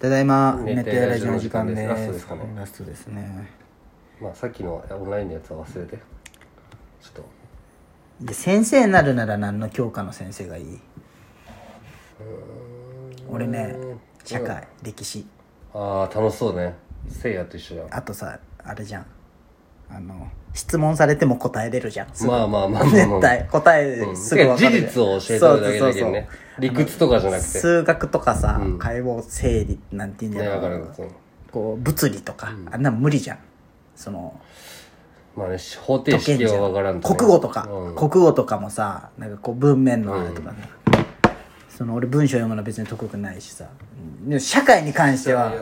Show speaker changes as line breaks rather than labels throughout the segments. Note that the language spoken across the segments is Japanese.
ただいま
寝
寝
て
てラジオの時間です
ラストですかね
ラストですね
まあさっきのオンラインのやつは忘れてちょっ
で先生になるなら何の教科の先生がいい俺ね社会歴史
とああ楽しそうねせいやと一緒だ
あとさあれじゃんあの質問されても答えれるじゃんすぐ
まあまあまあまあま
絶
あ
対答えすぐ分かる
うん事実を教えてるだけだけどね
そうそうそう
理屈とかじゃなくて
数学とかさ、
うん
解剖整理なんていうんじゃ
ね
な
わ
い
かるそう
こう物理とか、あんな無理じゃんその
まあね方
解
程
けん
式
じゃん
はわからんね
国語とか、
うん
国語とかもさなんかこう文面のあれとかね、その俺文章読むの別に得意ないしさでも社会に関しては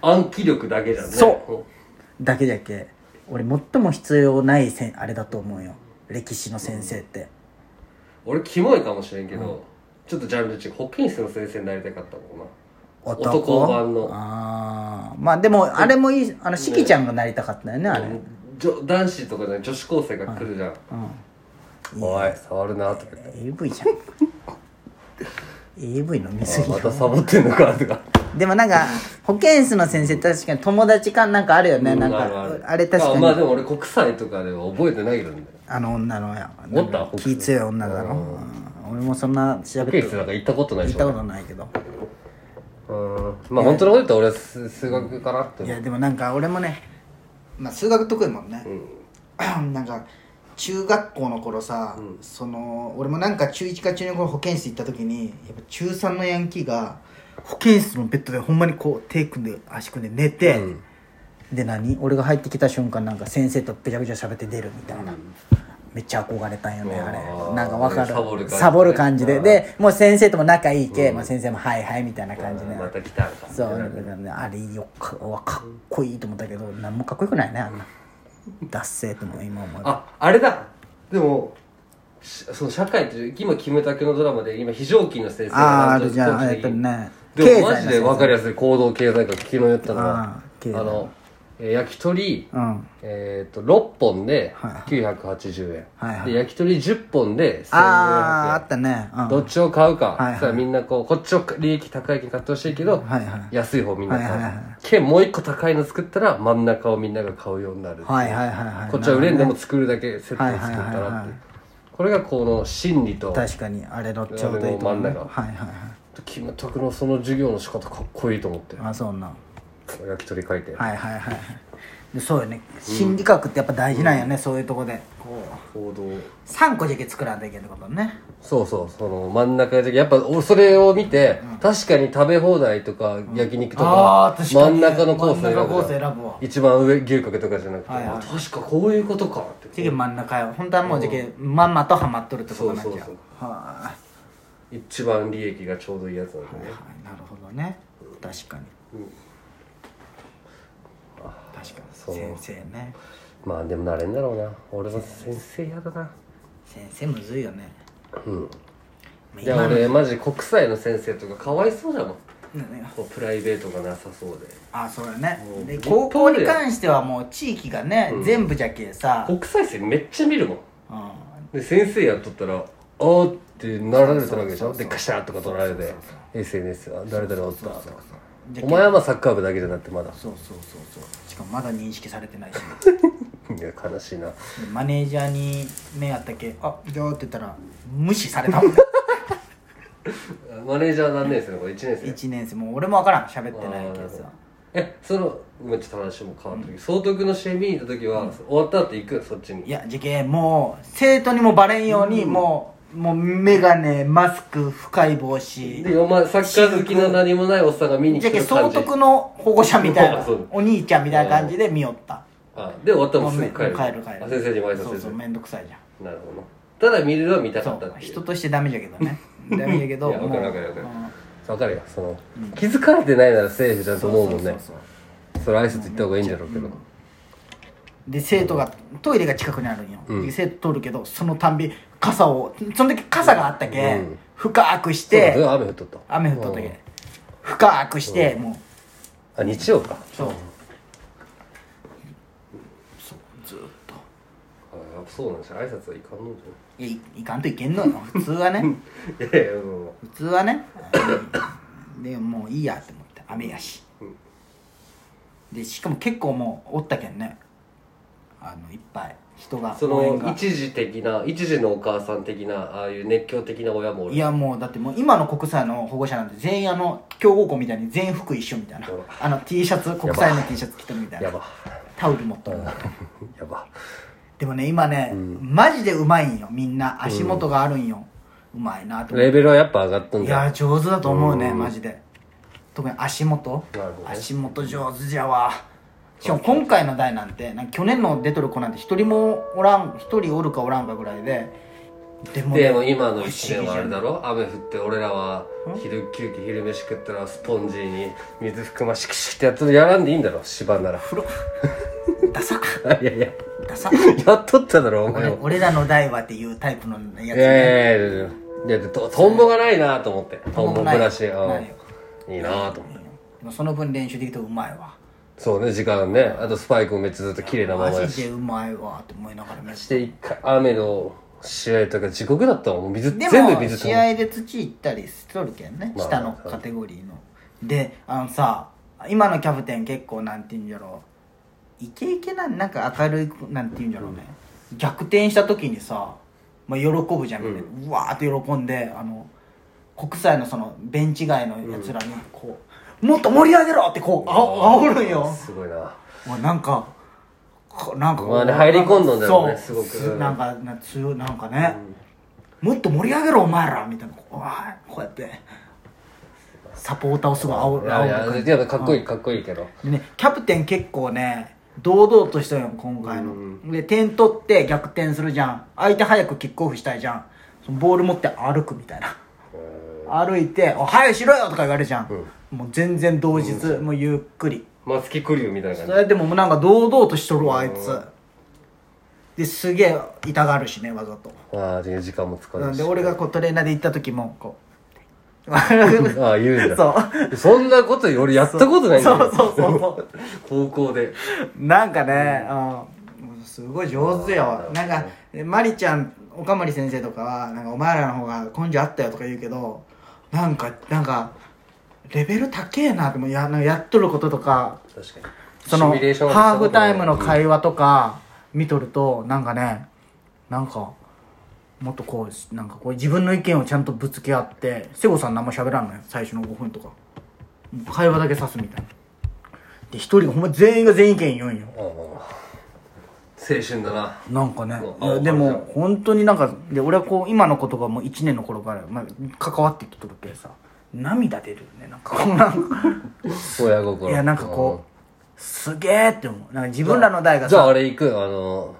暗記力だけじゃんね
そだけじゃけ俺最も必要ないせんあれだと思うよ歴史の先生って、
俺キモいかもしれんけど、ちょっとジャンル違う保健室の先生になりたかったもんな
男
男版の
ああまあでもあれもいいあのしきちゃんがなりたかったよねあれ、
女男子とかじゃない女子高生が来るじゃん、おい触るなとか言って
AV じゃん AV 飲みすぎ
ま
よ
たサボってんのかとか
でもなんか保健室の先生確かに友達感なんかあるよね、なん
う
かあれ確か
あ
に
まあ
あ,、
でも俺国際とかでは覚えてないけどね
の女のや
おった
なんか気強い女だろ、うん俺もそんな調
保
べ
健
て
室なんか行ったことない
聞
で
い
した
こ
ょ
とないけど
うんまあ本当のこと言ったら俺は数数学かなって
い
思う
やでもなんか俺もね、まあ、数学得意もんね、 なんか中学校の頃さ、その俺もなんか中1か中2の頃保健室行った時にやっぱ中3のヤンキーが保健室のベッドでほんまにこう手組んで足組んで寝て、で何俺が入ってきた瞬間なんか先生とぐちゃぐちゃ喋って出るみたいな、めっちゃ憧れたんよねあ
あー
れなんかわかる
サボる感じね
サボる感じででもう先生とも仲いいけ、まあ、先生も「はいはい」みたいな感じで、
また来たんか
そうだからねあれよかわかっこいいと思ったけど何もかっこよくないねあんな脱せとも今思う
ああれだでもしその社会という今キムタクのドラマで今非常勤の先生
あーあ
なんと
るじゃん
少し
えっとね
でもマジ
経済の
で
先生
分かりやすい行動経済学昨日言ったの
あ
は
ー
あ
経済
のえー焼き鳥、
うん
えー、と6本で
は
980円、
はいはい
で焼き鳥10本で
あああ
1400
ったね、う
円
ん、
どっちを買うか、
はいはい
さあみんなこうこっちを利益高いけど買ってほしいけど、
はいはい
安い方みんな買う、
はいはいはい
けもう一個高いの作ったら真ん中をみんなが買うようになる、
はいはいはいはい
こっちは売れんで
なる
も作るだけセットで作った
はいはい
ら
は
っ
い
て
はい
これがこの心理と
ほどね確かにあれのちょうどいいと
あれの真ん中
はいはいはい
キムタクのその授業の仕方かっこいいと思って
あそうな
焼き鳥書いて
はいはいはいでそうよね心理学ってやっぱ大事なんよね、そういうとこでこう
行動
3個じゃけ作らんといけんってことね
そうそうその真ん中でやっぱおそれを見て確かに食べ放題とか焼肉と
あ
か
ー確か
真
に
ん中のコース
真ん中
選
コー
ぶ
ス
じゃ
選
ん
ぶわ
一番上牛角とかじゃなくて
はいはい
あ確かこういうことかって
次真ん中よ本当はもうじゃけまんまとハマっとるってことなんじゃ
そうそう
はあ
一番利益がちょうどいいやつなんでね
はいなるほどね確かに、確か
そう
に先生ね
まあでもなれんだろうな俺は先生嫌だな
先生むずいよねうん
いや俺マジ国際の先生とかかわいそうだもん
ね
こうプライベートがなさそうで
あそうだね
もう
で
立
高
派
校
で
に関してはもう地域がね、全部じゃけさ、
国際生めっちゃ見るもん
うん
で先生やっとったら「おー」ってなられてるわけでし
そうそうそ
ょ
う
でカシャーとか取られて SNS は誰々おったとか
じゃ
お
け
前はまあサッカー部だけじゃなくてまだ
そうそうそうそうしかもまだ認識されてないし
いや悲しいな
でマネージャーに目あったけ「あどう?」って言ったら無視され たもん
マネージャー何年生のこれ1年生
1年生もう俺も分からん喋ってないけどさ
えそのめっちょっと話も変わったけど総督の試合見に行った時は、終わった後行くそっちに
いやじゃけもう生徒にもバレんように、もうもう眼鏡マスク深い帽子
でお前サッカー好きの何もないおっさんが見に
じ
来
ゃ
て
け
る
総
感じ
督の保護者みたいな
そう
お兄ちゃんみたいな感じで見よった
あで終わったらもう
もう
すぐ
め
帰る
帰る帰る
あ先生にも挨拶す
そう
る
そう面倒くさいじゃん
なるほどただ見るのは見た
そ
かったっ
う
ていう
人としてダメじゃけど ねダメじゃけど
いやわかるわかる
も
わ
う
か
う
る
ん
わかるよその、気づかれてないならセーフじゃんと思うも
そう
んね
そうそう
それ挨拶行った方がいいんだろうけど、
で生徒がトイレが近くにあるんよ、
うん
で生徒通るけどそのたんび傘をその時傘があったけ、
うん
深くし
で
て
雨降っとった
雨降っとった
うん
け深くして、もう
あ日曜か
そう
あ
ずっと
やっぱそうなんですよ挨拶はいかんのじ
いやいいかんといけんの よ普通はね
ゃんいやいやも
普通はねでもういいやって思って雨やし、
うん
でしかも結構もうおったけんねあのいっぱい人が
そ
応援
の
が
一時的な一時のお母さん的なああいう熱狂的な親もおる
いやもうだってもう今の国際の保護者なんて全員あの強豪校みたいに全員服一緒みたいな
やば
あの T シャツ国際の T シャツ着てるみたい
や
な
ば
タオル持っとる
やば
でもね今ね、マジでうまいんよみんな足元があるんよ、うまいなと思って
レベルはやっぱ上がったん
い
だ
やー上手だと思うねマジで特に足元
なるほどね
足元上手じゃわしかも今回の代なんてなんか去年の出とる子なんて一人もおらん一人おるかおらんかぐらいででもね
でも今の一年はあれだろ雨降って俺らは昼休憩昼飯食ったらスポンジに水含ましくしってやっとるやらんでいいんだろ芝なら
風呂ダサ
いやいや
ダサ
やっとっただろお前
俺
も
俺らの代はっていうタイプのやつ
いや
ね
いやいやいやいやでとトンボがないなと思ってトンボブラシ
ないないよ
うんいいなと思って
でもその分練習できてうまいわ
そうね時間ねあとスパイクもめっちゃずっと綺麗なま
マ
まやし
ジでうまいわって思いながら見て
して一回雨の試合とか地獄だったもん水
で
全部
も
水
試合で土行ったりしとるけんね、
まあ
下のカテゴリーのであのさ今のキャプテン結構なんていうんじゃろうイケイケなんなんか明るいなんていうんじゃろうね、逆転した時にさ、まあ、喜ぶじゃんみんな、うわーって喜んであの国際のそのベンチ外のやつらにこう、もっと盛り上げろってこうあお煽るんよ
すごいな
まあ、なんかこなんかこう
まあね入り込んだんだろうね
そう
すごく
なんかな強いなんかね、もっと盛り上げろお前らみたいなこうあーこうやってサポーターをすごい煽
い
る
や
煽
い
る
やいやかっこいいかっこいいけど
でねキャプテン結構ね堂々としたよ今回の、で点取って逆転するじゃん相手早くキックオフしたいじゃんそのボール持って歩くみたいな歩いて「お早くしろよ!」とか言われるじゃん、もう全然同日、もうゆっくり
松木玖生みたいな感じ
それでもなんか堂々としとるわあいつですげえ痛がるしねわざと
ああ、で時間も使
な
うんし。
で俺がこうトレーナーで行った時もこう そ
ああ、言うんだ。
う
そんなことより俺やったことないんだ
そ
よ
うそうそうそう
高校で。
なんかね、うん、すごい上手よ
うん
なんかマリちゃんおかまり先生とかはなんかお前らの方が根性あったよとか言うけどなんかなんかレベル高えなってもうやなんかやっとることとか
確かに。
その
シミュレーション
ハーフタイムの
会
会話とか見とるとなんかねなんかもっとこうなんかこう自分の意見をちゃんとぶつけ合って瀬尾さん何も喋らんのよ最初の5分とかもう会話だけさすみたいなで一人がほんま全員が全員意見言うんよ
ああ、青春だな。
なんかね
う
い
ん
やで
あわか
も本当になんかで俺はこう今のことがもう1年の頃から、まあ、関わってきとるけどさ涙出るよねなんかこうなんか
親心。
いやなんかこうすげえって思うなんか自分らの代
うん。
が
じゃあ
さ
あれ行くあの、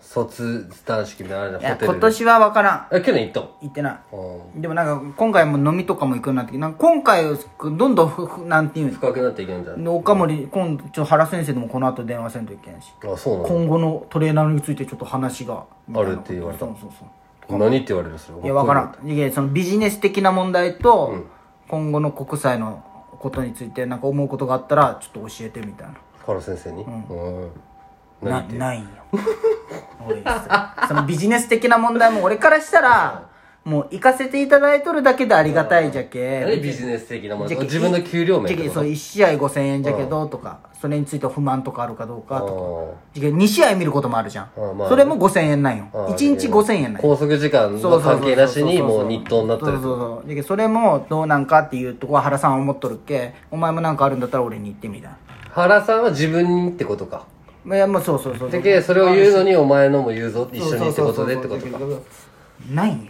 卒団式みたいなのあ
い
れじゃん
や
ホテル
今
で。
年は分からん
え、去年行った
行ってない
の
でもなんか今回も飲みとかも行くようになってきてなんか今回どんどんふふなんていうんですか
深くなっていけんじゃん。
岡森今度ちょっと原先生でもこの後電話せんといけんし
あ、そうなの
今後のトレーナーについてちょっと話が
あるって言われた
そうそうそう
何って言われるそれ。
いや、わからん。いや、そのビジネス的な問題と、今後の国際のことについて、なんか思うことがあったら、ちょっと教えてみたいな。
原先生に。うん。
なないんよ。 俺そのビジネス的な問題も俺からしたら、もう行かせていただいとるだけでありがたいじゃ
何
け。
ビジネス的なもの
じゃけ
自分の給料面
じ
と
ゃ
か
けそう、1試合5000円じゃけど、とか、それについて不満とかあるかどうか、とか。
あ
じゃけ2試合見ることもあるじゃん
あ。まあ
それも5000円なんよ。
ああ
1日5000円なんよ。
拘束時間の関係なしにもう日当になったり
そうそうそうだけどそれもどうなんかっていうとこは原さんは思っとるっけお前もなんかあるんだったら俺に言ってみたい
原さんは自分にってことか
ないやもうそうそうそう
でけそれを言うのにお前のも言うぞ一緒にってことでってことか
ないんよ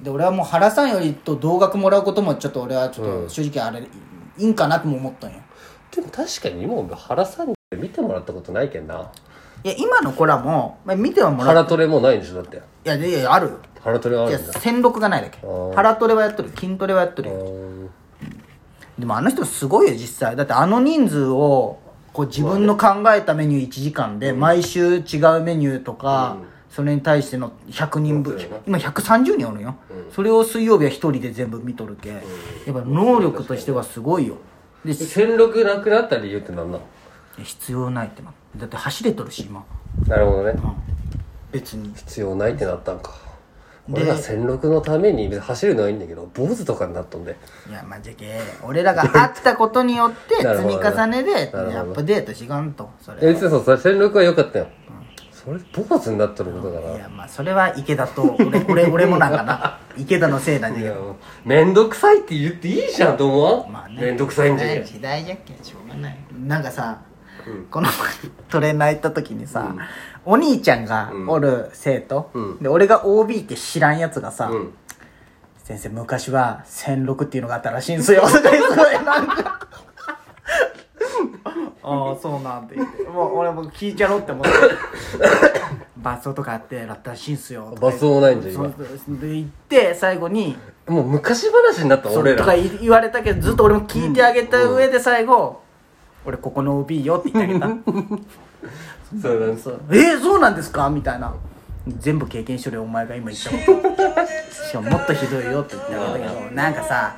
で俺はもう原さんよりと同額もらうこともちょっと俺はちょっと正直あれ、いいんかなとも思ったんよ
でも確かに今俺原さんに見てもらったことないけんない
や今の子らも、まあ、見てはもらう
腹トレもうないんでしょだって
いやいやいやあるよ
腹トレはいあ
や
るんだ
戦力がないだけ
ー
腹トレはやっとる筋トレはやっとるよ
うん
でもあの人すごいよ実際だってあの人数をこう自分の考えたメニュー1時間で毎週違うメニューとか、それに対しての100人分、
そうだよ
今130人おるよ、それを水曜日は1人で全部見とるけ、やっぱ能力としてはすごいよで
戦力なくなった理由って何なの
必要ないってなだって走れとるし今
なるほどね
別に
必要ないってなったんか俺ら
で
戦力のために別に走るのはいいんだけど坊主とかになっとんで
いやまあじゃけ俺らが会ったことによって
なる
積
ほ
み
ど
重ねで
なるほど
アップデートしがんとそ
え
れ
別にそうそれ戦力は良かったよ、それ坊主になっとることだから、
いやまあそれは池田と俺俺俺もなんかな 池田のせいなんだ
い
け
や
ど
めんどくさいって言っていいじゃんと思わん、
まあね
めんどくさいんじゃけ
時代じゃっけんしょうがないなんかさ
うん
このトレーナー行った時にさ、お兄ちゃんがおる生徒、
うん
で俺が OB って知らんやつがさ、
うん
先生昔は1006っていうのがあったらしいんすよ」 とか言ってなんか「 ああそうなん」て言ってもう俺も聞いちゃろうって思 って罰走とかあってだったらしいんすよ
罰走ないんだ今
そうそうで言って最後に
もう昔話にな
「
った
そう」
俺
とから言われたけどずっと俺も聞いてあげた上で最後「俺ここの OB よ」って言ってあげた
そうなんです
そうえー、そうなんですかみたいな全部経験しとるよお前が今言ったことしかももっとひどいよって言ってあげたけどなんかさ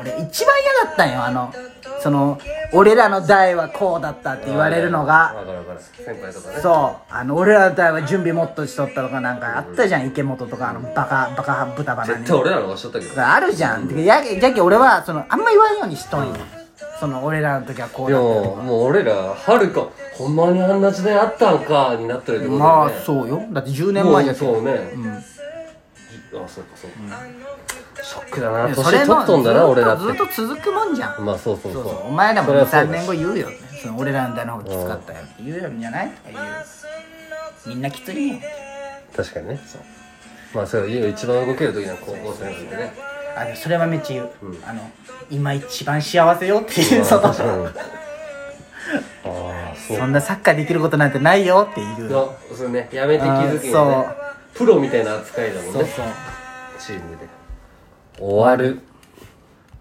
俺俺一番嫌だったんよあのその俺らの代はこうだったって言われるのが
わかるわかる先輩とかね
そうあの俺らの代は準備もっとしとったとかなんかあったじゃん池本とかあのバカバカ豚バナ
絶
に
対俺らの方がしとったけど
があるじゃんてかやじゃけ俺はそのあんま言わんようにしとんよその俺らの時はこう
で
だったと
も
か
もう俺らはるかほんまにあんな時代あったんかになってるってことだ
ま
よ
あ
ね
そうよだって10年前じゃん
もうそう
ん
ね、じあそうかそうか、ショックだな
それ
年取っとんだな
の
俺らって
ずっとずっと続くもんじゃん
まあそうそうそ
そううそうお前らも
それはそうだ
23年後言うよその俺らの代の方がきつかったよって言うよんじゃないとか言うよみんなきついね
確かにね
そう
まあそれ今一番動ける時なのは高校生なんでね
あでもそれはめっちゃ言う、
うん
あの今一番幸せよっていう、そ
まあ
の
確かにああそう
そんなサッカーできることなんてないよっていう
のそれねやめて気づきに
あ
ねプロみたいな扱いだもん
そう
ね
そう
チームで終わる